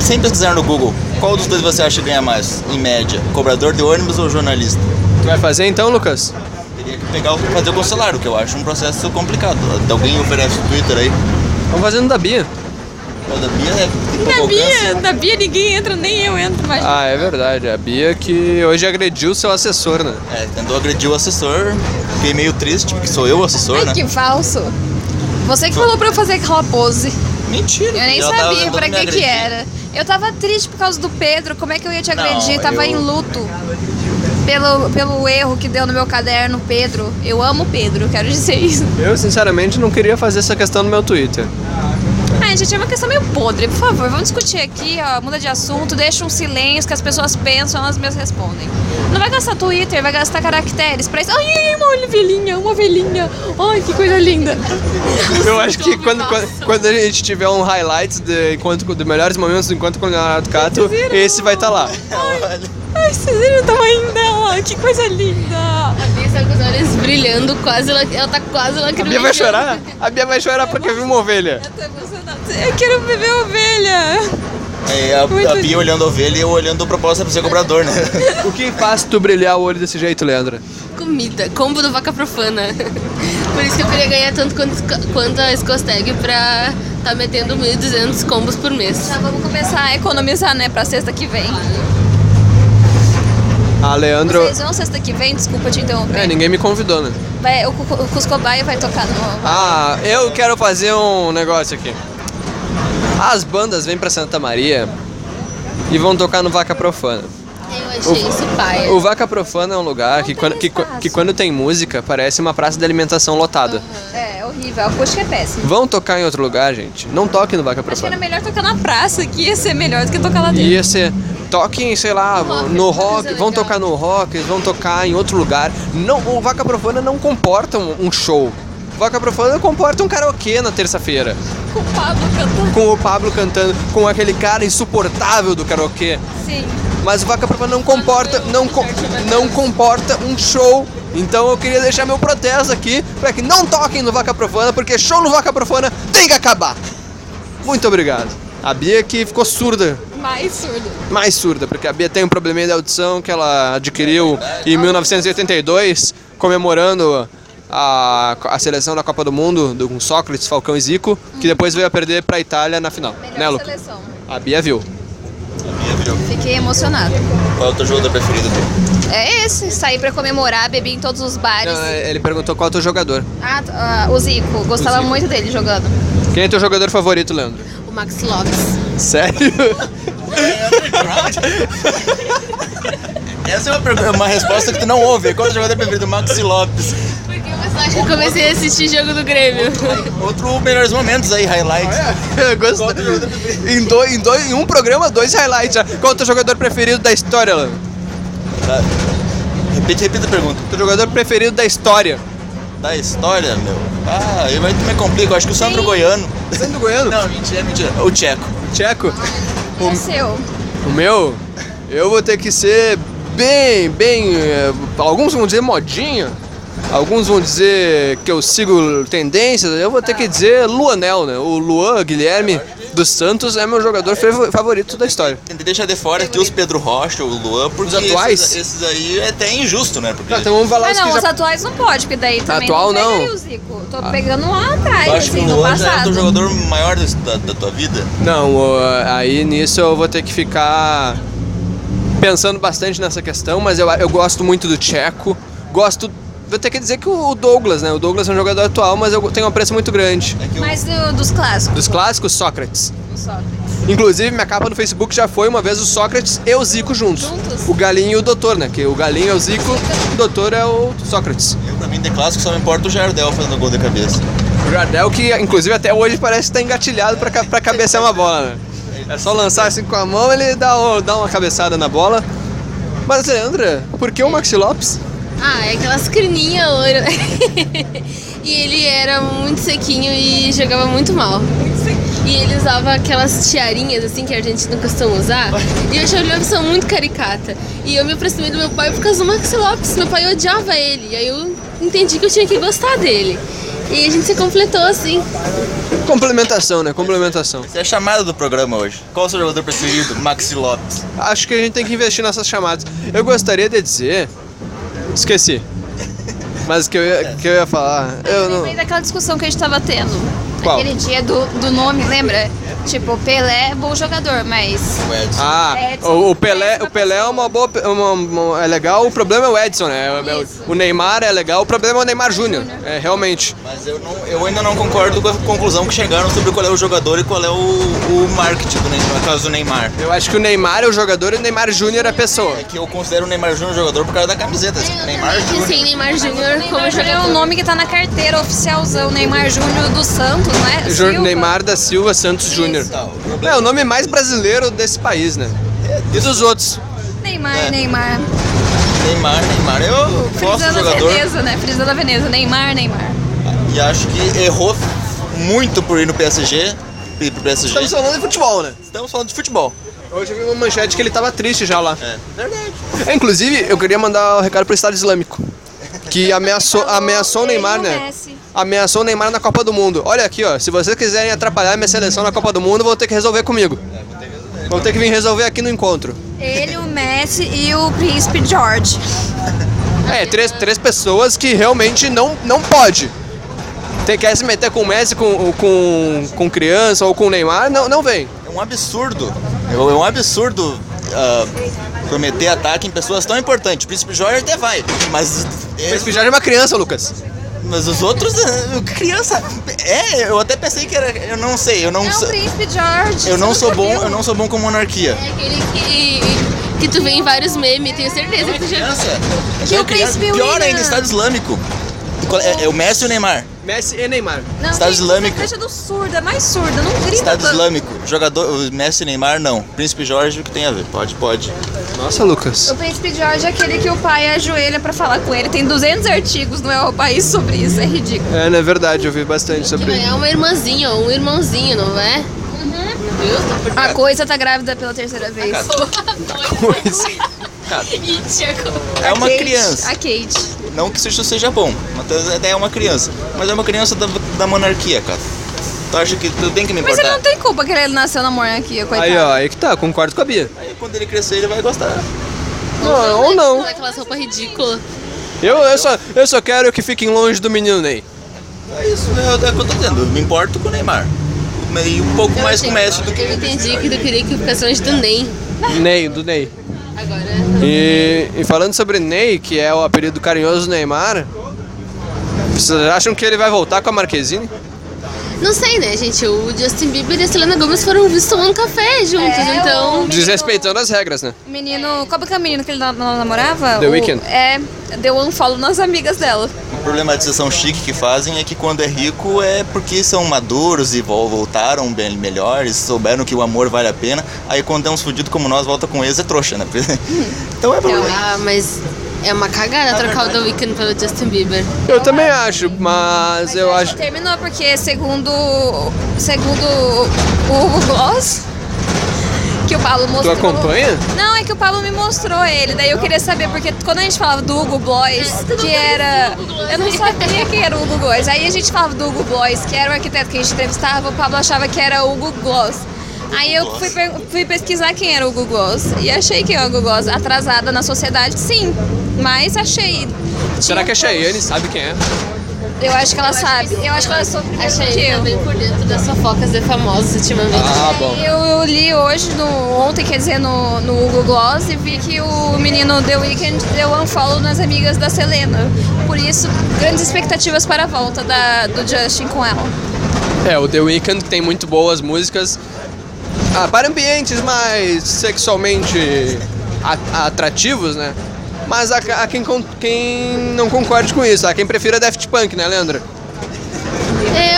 S2: Sem pesquisar no Google, qual dos dois você acha que ganha mais, em média? Cobrador de ônibus ou jornalista?
S1: Tu vai fazer então, Lucas?
S2: Teria que pegar o fazer o consular, o que eu acho um processo complicado. Alguém oferece o Twitter aí.
S1: Vamos fazendo da Bia.
S2: O da Bia é tem
S3: Da Bia,
S2: arrogância.
S3: da Bia ninguém entra, nem eu entro mais.
S1: assim. Ah, é verdade. A Bia que hoje agrediu seu assessor, né?
S2: É, tentou agredir o assessor, fiquei meio triste, porque sou eu o assessor,
S3: Ai,
S2: né?
S3: que falso. Você que falou pra eu fazer aquela pose.
S2: Mentira!
S3: Eu nem
S2: ela tava
S3: sabia
S2: tentando
S3: pra
S2: me
S3: que que
S2: agredir.
S3: era. Eu tava triste por causa do Pedro, como é que eu ia te
S2: Não,
S3: agredir? tava
S2: eu-
S3: em luto. Pelo, pelo erro que deu no meu caderno, Pedro. Eu amo o Pedro, quero dizer isso.
S1: Eu, sinceramente, não queria fazer essa questão no meu Twitter.
S3: Ai, gente, é uma questão meio podre. Por favor, vamos discutir aqui, ó. Muda de assunto, deixa um silêncio que as pessoas pensam, elas mesmas respondem. Não vai gastar Twitter, vai gastar caracteres pra isso. Ai, uma ovelhinha, uma ovelhinha. Ai, que coisa linda.
S1: Eu acho que
S4: Então, me
S1: quando,
S4: passa.
S1: quando, quando a gente tiver um highlight de, encontro, de melhores momentos do encontro com o Leonardo Cato,
S3: viram?
S1: esse vai estar lá.
S2: Olha,
S3: Ai, vocês viram o tamanho dela? Que coisa linda.
S4: A Bia está com os olhos brilhando, quase, ela, ela tá quase
S1: A
S4: lacrimejando.
S1: Bia vai chorar? A Bia vai chorar porque viu uma ovelha.
S3: Eu tô emocionada. Eu quero beber ovelha.
S2: é, a, a
S3: Muito
S2: Bia olhando a ovelha e eu olhando a proposta pra ser cobrador, né?
S1: O que faz tu brilhar o olho desse jeito, Leandra?
S4: Comida, combo do Vaca Profana. Por isso que eu queria ganhar tanto quanto, quanto a Escosteg pra tá metendo 1.200 combos por mês.
S3: Já Tá, vamos começar a economizar, né, pra sexta que vem.
S1: Ah, Leandro.
S3: Vocês vão sexta que vem? Desculpa te
S1: É,
S3: interromper.
S1: ninguém me convidou, né?
S3: Vai, o Cu- o Cuscobaia vai tocar no...
S1: Ah, eu quero fazer um negócio aqui. As bandas vêm pra Santa Maria e vão tocar no Vaca Profana.
S4: Eu achei isso paia.
S1: O Vaca Profana é um lugar que
S3: tem
S1: quando, que,
S3: espaço.
S1: que quando tem música parece uma praça de alimentação lotada.
S3: É, horrível. A acústica é péssima.
S1: Vão tocar em outro lugar, gente. Não toque no Vaca
S3: Acho que era
S1: Profana.
S3: melhor tocar na praça, que ia ser melhor do que tocar lá dentro.
S1: Ia ser. Toquem, sei lá,
S4: rock,
S1: no
S4: coisa
S1: rock, vão
S4: legal.
S1: tocar no rock, eles vão tocar em outro lugar. Não, o Vaca Profana não comporta um, um show. O Vaca Profana comporta um karaokê na terça-feira.
S3: Com o Pablo cantando.
S1: Com o Pablo cantando, com aquele cara insuportável do karaokê.
S3: Sim.
S1: Mas o Vaca Profana não comporta, não, co- não comporta um show. Então eu queria deixar meu protesto aqui para que não toquem no Vaca Profana, porque show no Vaca Profana tem que acabar. Muito obrigado. A Bia que ficou surda,
S3: Mais surdo.
S1: mais surda, porque a Bia tem um probleminha de audição que ela adquiriu em 1982, comemorando a, a seleção da Copa do Mundo do- com Sócrates, Falcão e Zico, que depois veio a perder para a Itália na final.
S3: Melhor
S1: Né, Luca?
S3: seleção.
S1: A Bia viu.
S3: Fiquei emocionada.
S2: Qual é o teu jogador preferido? teu?
S3: É esse, saí pra comemorar, bebi em todos os bares.
S1: Não, ele perguntou qual é o teu jogador.
S3: Ah, t- ah, o Zico. Gostava muito dele jogando.
S1: Quem é teu jogador favorito, Leandro?
S4: O Max Lopes.
S1: Sério?
S2: Essa é uma, pergunta- uma resposta que tu não ouve. Qual é o jogador preferido? Maxi Lopes.
S4: Porque eu acho que eu comecei a assistir jogo do Grêmio.
S2: Outro um melhores momentos aí, highlights.
S1: Eu gosto. Em, dois, em, dois, em um programa, dois highlights. já. Qual é o teu jogador preferido da história, Leandro?
S2: Sabe? Repite, Tá. repita a pergunta.
S1: Teu jogador preferido da história?
S2: Da história, meu. Ah, eu muito me complico. Eu Acho que o Sandro Goiano.
S1: Sandro é Goiano?
S2: Não, mentira, mentira. O Tcheco.
S1: Tcheco?
S3: E o seu?
S1: O meu? Eu vou ter que ser bem, bem. eh, Alguns vão dizer modinha. Alguns vão dizer que eu sigo tendências, eu vou ter que dizer Luanel, né? O Luan Guilherme dos Santos é meu jogador fav- favorito da história.
S2: Tentei deixar de fora aqui os Pedro Rocha, o Luan, porque
S1: Os atuais?
S2: Esses, esses aí é até injusto, né? Porque
S1: Tá, então vamos falar
S3: Ah,
S1: os
S3: não,
S1: que
S3: os
S1: já...
S3: atuais não pode, porque daí também
S1: Atual,
S3: não pegaria
S1: não.
S3: o Zico. Tô pegando lá atrás,
S2: eu acho que
S3: assim,
S2: o
S3: no
S2: Luan já é o
S3: passado.
S2: jogador maior da, da- da tua vida.
S1: Não, o- aí nisso eu vou ter que ficar pensando bastante nessa questão, mas eu, eu gosto muito do Tcheco. Gosto. Vou ter que dizer que o Douglas, né? O Douglas é um jogador atual, mas eu tenho um apreço muito grande.
S2: É que o-
S3: Mas do- dos clássicos,
S1: Dos clássicos, Sócrates.
S3: do Sócrates.
S1: Inclusive, minha capa no Facebook já foi uma vez o Sócrates e o Zico juntos.
S3: Juntos?
S1: O Galinho e o Doutor, né? Que o Galinho é o Zico, o Doutor é o Sócrates.
S2: eu, pra mim, de clássico, só me importa o Jardel fazendo gol de cabeça.
S1: O Jardel, que inclusive até hoje parece estar engatilhado pra, ca- pra cabecear uma bola, né? É só lançar assim com a mão, ele dá, o- dá uma cabeçada na bola. Mas, Leandra, por que o Maxi Lopes?
S4: Ah, é aquelas crininhas ouro. e ele era muito sequinho e jogava muito mal. E ele usava aquelas tiarinhas assim que a gente não costuma usar. E eu já olhava são muito caricata. E eu me aproximei do meu pai por causa do Max Lopes. Meu pai odiava ele. E aí eu entendi que eu tinha que gostar dele. E a gente se completou assim.
S1: Complementação, né? Complementação.
S2: Essa é a chamada do programa hoje. Qual o seu jogador preferido? Maxi Lopes.
S1: Acho que a gente tem que investir nessas chamadas. Eu gostaria de dizer. Esqueci. Mas que eu ia, que eu ia falar. Eu não.
S3: Lembrei daquela discussão que a gente tava tendo.
S1: Qual?
S3: Aquele dia do, do nome, lembra? Tipo, Pelé é bom jogador, mas
S2: O Edson.
S1: Ah,
S3: Edson.
S1: o, o Pelé,
S3: Edson
S1: o Pelé é uma boa, uma- uma- é legal. O problema é o Edson, né? É- é o-
S3: Isso.
S1: O Neymar é legal. O problema é o Neymar Júnior. É realmente.
S2: Mas eu, não- eu ainda não concordo com a conclusão que chegaram sobre qual é o jogador e qual é o, o marketing do Neymar, no caso do Neymar.
S1: Eu acho que o Neymar é o jogador e o Neymar Júnior é a pessoa.
S2: É que eu considero o Neymar Júnior jogador por causa da camiseta. assim, Neymar Júnior.
S4: Sim, Neymar Júnior como
S3: Neymar Júnior é
S4: jogador.
S3: o nome que tá na carteira oficialzão, Neymar Júnior do Santos, né?
S1: Jô-
S3: Silva.
S1: Neymar da Silva Santos Júnior.
S2: Tá, o problema-
S1: É o nome mais brasileiro desse país, né? E dos outros.
S3: Neymar,
S2: É.
S3: Neymar.
S2: Neymar, Neymar. Eu gosto do
S3: Frisando a
S2: jogador
S3: Veneza, né? Frisando a Veneza, Neymar, Neymar.
S2: e acho que errou muito por ir no PSG. Ir pro PSG.
S1: Estamos falando de futebol, né?
S2: Estamos falando de futebol.
S1: Hoje eu vi uma manchete que ele tava triste já lá.
S2: É.
S1: É, inclusive, eu queria mandar um recado pro Estado Islâmico. Que ameaçou, ameaçou o
S3: Ele
S1: Neymar,
S3: e o
S1: né?
S3: Messi.
S1: Ameaçou o Neymar na Copa do Mundo. Olha aqui, ó. Se vocês quiserem atrapalhar minha seleção na Copa do Mundo, vão ter que resolver comigo. Vão É, ter que vir resolver aqui no encontro.
S3: Ele, o Messi e o Príncipe George.
S1: É, três, três pessoas que realmente não, não pode. Tem, quer se meter com o Messi, com, com, com criança ou com o Neymar, não, não vem.
S2: É um absurdo. É um absurdo ah, prometer ataque em pessoas tão importantes. O Príncipe Jorge até vai, mas.
S1: Príncipe Jorge é uma criança, Lucas.
S2: Mas os outros, eh, criança. É, eu até pensei que era. Eu não sei, eu não
S3: É o
S2: sou.
S3: Príncipe George.
S2: Eu não
S3: você
S2: sou
S3: nunca
S2: bom,
S3: viu?
S2: eu não sou bom com monarquia.
S4: É aquele que, que tu vê em vários memes, tenho certeza que tu já viu.
S2: Criança?
S3: É, Que o príncipe
S2: Pior
S3: William.
S2: ainda, Estado Islâmico. É, é o Messi e o Neymar.
S1: Messi e Neymar.
S3: Não,
S2: Estado
S3: gente,
S2: Islâmico.
S3: Você deixa do surdo, é mais surda, não grita.
S2: Estado
S3: tanto.
S2: Islâmico. Jogador. o Messi e Neymar não. Príncipe Jorge, o que tem a ver? Pode, pode.
S1: Nossa, Lucas.
S3: O príncipe George é aquele que o pai ajoelha pra falar com ele. Tem 200 artigos no El País sobre isso, é ridículo.
S1: É, na verdade, eu vi bastante
S4: Que
S1: sobre
S4: vai
S1: ele.
S4: é uma irmãzinha, ou um irmãozinho, não é? Uhum. Meu Deus, tá por
S3: A coisa tá grávida pela terceira vez.
S2: É uma
S3: Kate,
S2: criança.
S3: A Kate.
S2: Não que isso seja bom, mas até é uma criança. Mas é uma criança da, da monarquia, cara. Tu acha que tu tem que me
S3: Mas ele
S2: importar?
S3: não tem culpa que ele nasceu na monarquia, coitado.
S1: Aí, ó, aí que tá, concordo com a Bia.
S2: Aí quando ele crescer, ele vai gostar.
S1: Não, é ou não.
S4: Aquelas roupas ridículas.
S1: Eu, eu, só, eu só quero que fiquem longe do menino Ney.
S2: É isso, é, é o que eu tô dizendo. Eu me importo com o Neymar. E um pouco mais com o Messi do que né?
S4: Eu entendi que tu queria que ficasse longe do Ney.
S1: Ney, do Ney.
S4: Agora.
S1: E, e falando sobre Ney, que é o apelido carinhoso do Neymar, vocês acham que ele vai voltar com a Marquezine?
S4: Não sei, né, gente? O Justin Bieber e a Selena Gomez foram vistos tomando café juntos,
S3: É,
S4: então.
S1: Desrespeitando as regras, né?
S3: O menino. Qual que é o menino que ele na- na- namorava?
S1: The
S3: O-
S1: Weeknd.
S3: É, deu um follow nas amigas dela.
S2: problematização chique que fazem é que quando é rico é porque são maduros e vol- voltaram bem melhores, souberam que o amor vale a pena. Aí quando é uns fudidos como nós, volta com eles, é trouxa, né? então é problema.
S4: Ah, mas é uma cagada trocar o The Weeknd pelo Justin Bieber.
S1: Eu também acho, mas eu acho.
S3: que Terminou, porque segundo, segundo o Hugo Gloss, que o Paulo
S1: Tu
S3: mostrou...
S1: acompanha?
S3: Não, é que o Pablo me mostrou ele, daí eu queria saber, porque quando a gente falava do Hugo Blois,
S4: É, tu não
S3: que
S4: conhecia
S3: era.
S4: o Hugo Blois.
S3: Eu não sabia quem era o Hugo Blois. Aí a gente falava do Hugo Blois, que era o arquiteto que a gente entrevistava, o Pablo achava que era o Hugo Gloss. Aí eu fui, per- fui pesquisar quem era o Hugo Gloss e achei que era o Hugo Gloss. Atrasada na sociedade, sim, mas achei.
S1: Será que a Cheyenne sabe quem é?
S3: Eu acho que ela sabe. Eu acho que ela soube primeiro
S4: Achei
S3: que
S4: ele
S3: eu.
S4: tá bem por dentro das fofocas de famosos ultimamente.
S1: Ah, bom.
S3: Eu, eu li hoje, no, ontem, quer dizer, no, no Google Gloss e vi que o menino The Weeknd deu unfollow nas amigas da Selena. Por isso, grandes expectativas para a volta da, do Justin com ela.
S1: É, o The Weeknd tem muito boas músicas ah, para ambientes mais sexualmente a- atrativos, né? Mas há, há quem, con- quem não concorde com isso, há quem prefira Daft Punk, né, Leandra?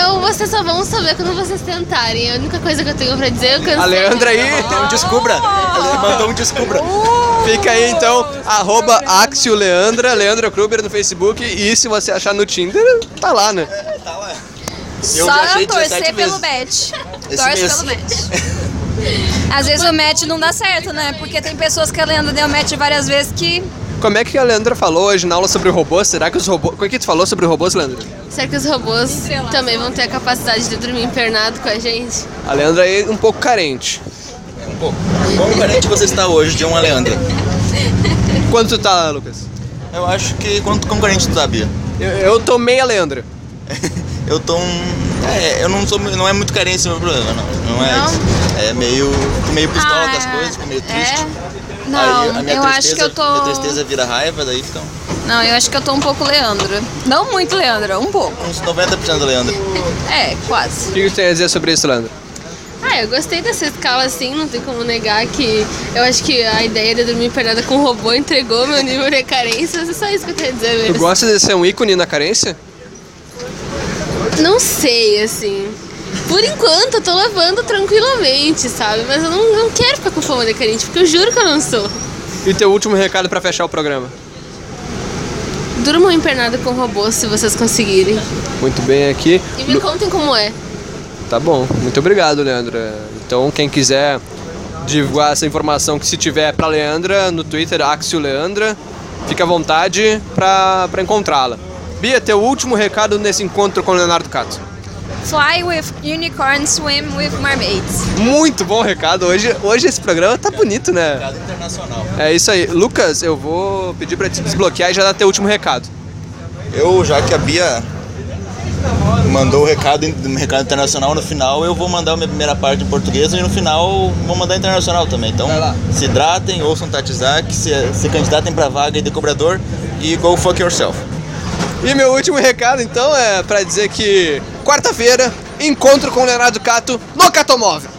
S4: Eu, vocês só vão saber quando vocês tentarem. A única coisa que eu tenho pra dizer é que eu
S1: A Leandra aí
S2: Então descubra! Ele mandou um descubra.
S4: Uh!
S1: fica aí então, arroba Axio Leandra, Leandra Kruber no Facebook e se você achar no Tinder, tá lá, né?
S2: Eu
S3: Só
S2: viajei 17
S3: torcer pelo
S2: vezes.
S3: match.
S2: Esse
S3: Torce
S2: mês.
S3: pelo match. Às vezes o match não dá certo, né? Porque tem pessoas que a Leandra deu match várias vezes que
S1: Como é que a Leandra falou hoje na aula sobre robôs? Será que os robôs. Como é que tu falou sobre robôs, Leandra?
S4: Será que os robôs também vão ter a capacidade de dormir internado com a gente?
S1: A Leandra aí é um pouco carente.
S2: Pô, Como um carente você está hoje de uma Leandra?
S1: Quanto tu tá, Lucas?
S2: Eu acho que. Quanto como carente tu tá, Bia?
S1: Eu, eu tomei a Leandra.
S2: Eu tô um. É, eu não sou. Não é muito carência o meu problema, não. Não é
S4: Não?
S2: isso. É meio. Fico meio pistola
S3: Ah,
S2: com as coisas, fico meio triste.
S3: É?
S2: Aí
S3: Não,
S2: a minha
S3: eu
S2: tristeza,
S3: acho que eu tô.
S2: Minha tristeza vira raiva, daí fica
S3: Não, eu acho que eu tô um pouco Leandro. Não muito Leandro, um pouco.
S2: uns 90% da Leandra.
S3: É, quase.
S1: O que você tem a dizer sobre isso, Leandro?
S4: Ah, eu gostei dessa escala assim, não tem como negar que eu acho que a ideia de dormir pernada com um robô entregou meu nível de carência, é só isso que eu tenho a dizer
S1: Tu
S4: mesmo.
S1: gosta de ser um ícone na carência?
S4: Não sei, assim. Por enquanto eu tô levando tranquilamente, sabe? Mas eu não, não quero ficar com fama de carente, porque eu juro que eu não sou.
S1: E teu último recado pra fechar o programa?
S4: Durmam empernada com robô se vocês conseguirem.
S1: Muito bem aqui.
S4: E me
S1: Lu-
S4: contem como é.
S1: Tá bom, muito obrigado, Leandra. Então, quem quiser divulgar essa informação que se tiver pra Leandra, no Twitter, Axio Leandra, fica à vontade pra, pra encontrá-la. Bia, teu último recado nesse encontro com o Leonardo Cato.
S3: Fly with unicorns, swim with mermaids.
S1: Muito bom recado. Hoje, hoje esse programa tá bonito, né?
S2: Mercado internacional.
S1: É isso aí. Lucas, eu vou pedir pra te desbloquear e já dar teu último recado.
S2: Eu, já que a Bia mandou o recado, in- recado internacional no final, eu vou mandar a minha primeira parte em português e no final vou mandar internacional também. Então,
S1: Vai lá.
S2: se hidratem, ouçam Tati Zak, se, se candidatem pra vaga e de cobrador e go fuck yourself.
S1: E meu último recado, então, é pra dizer que quarta-feira, encontro com o Leonardo Cato no Catomóvel.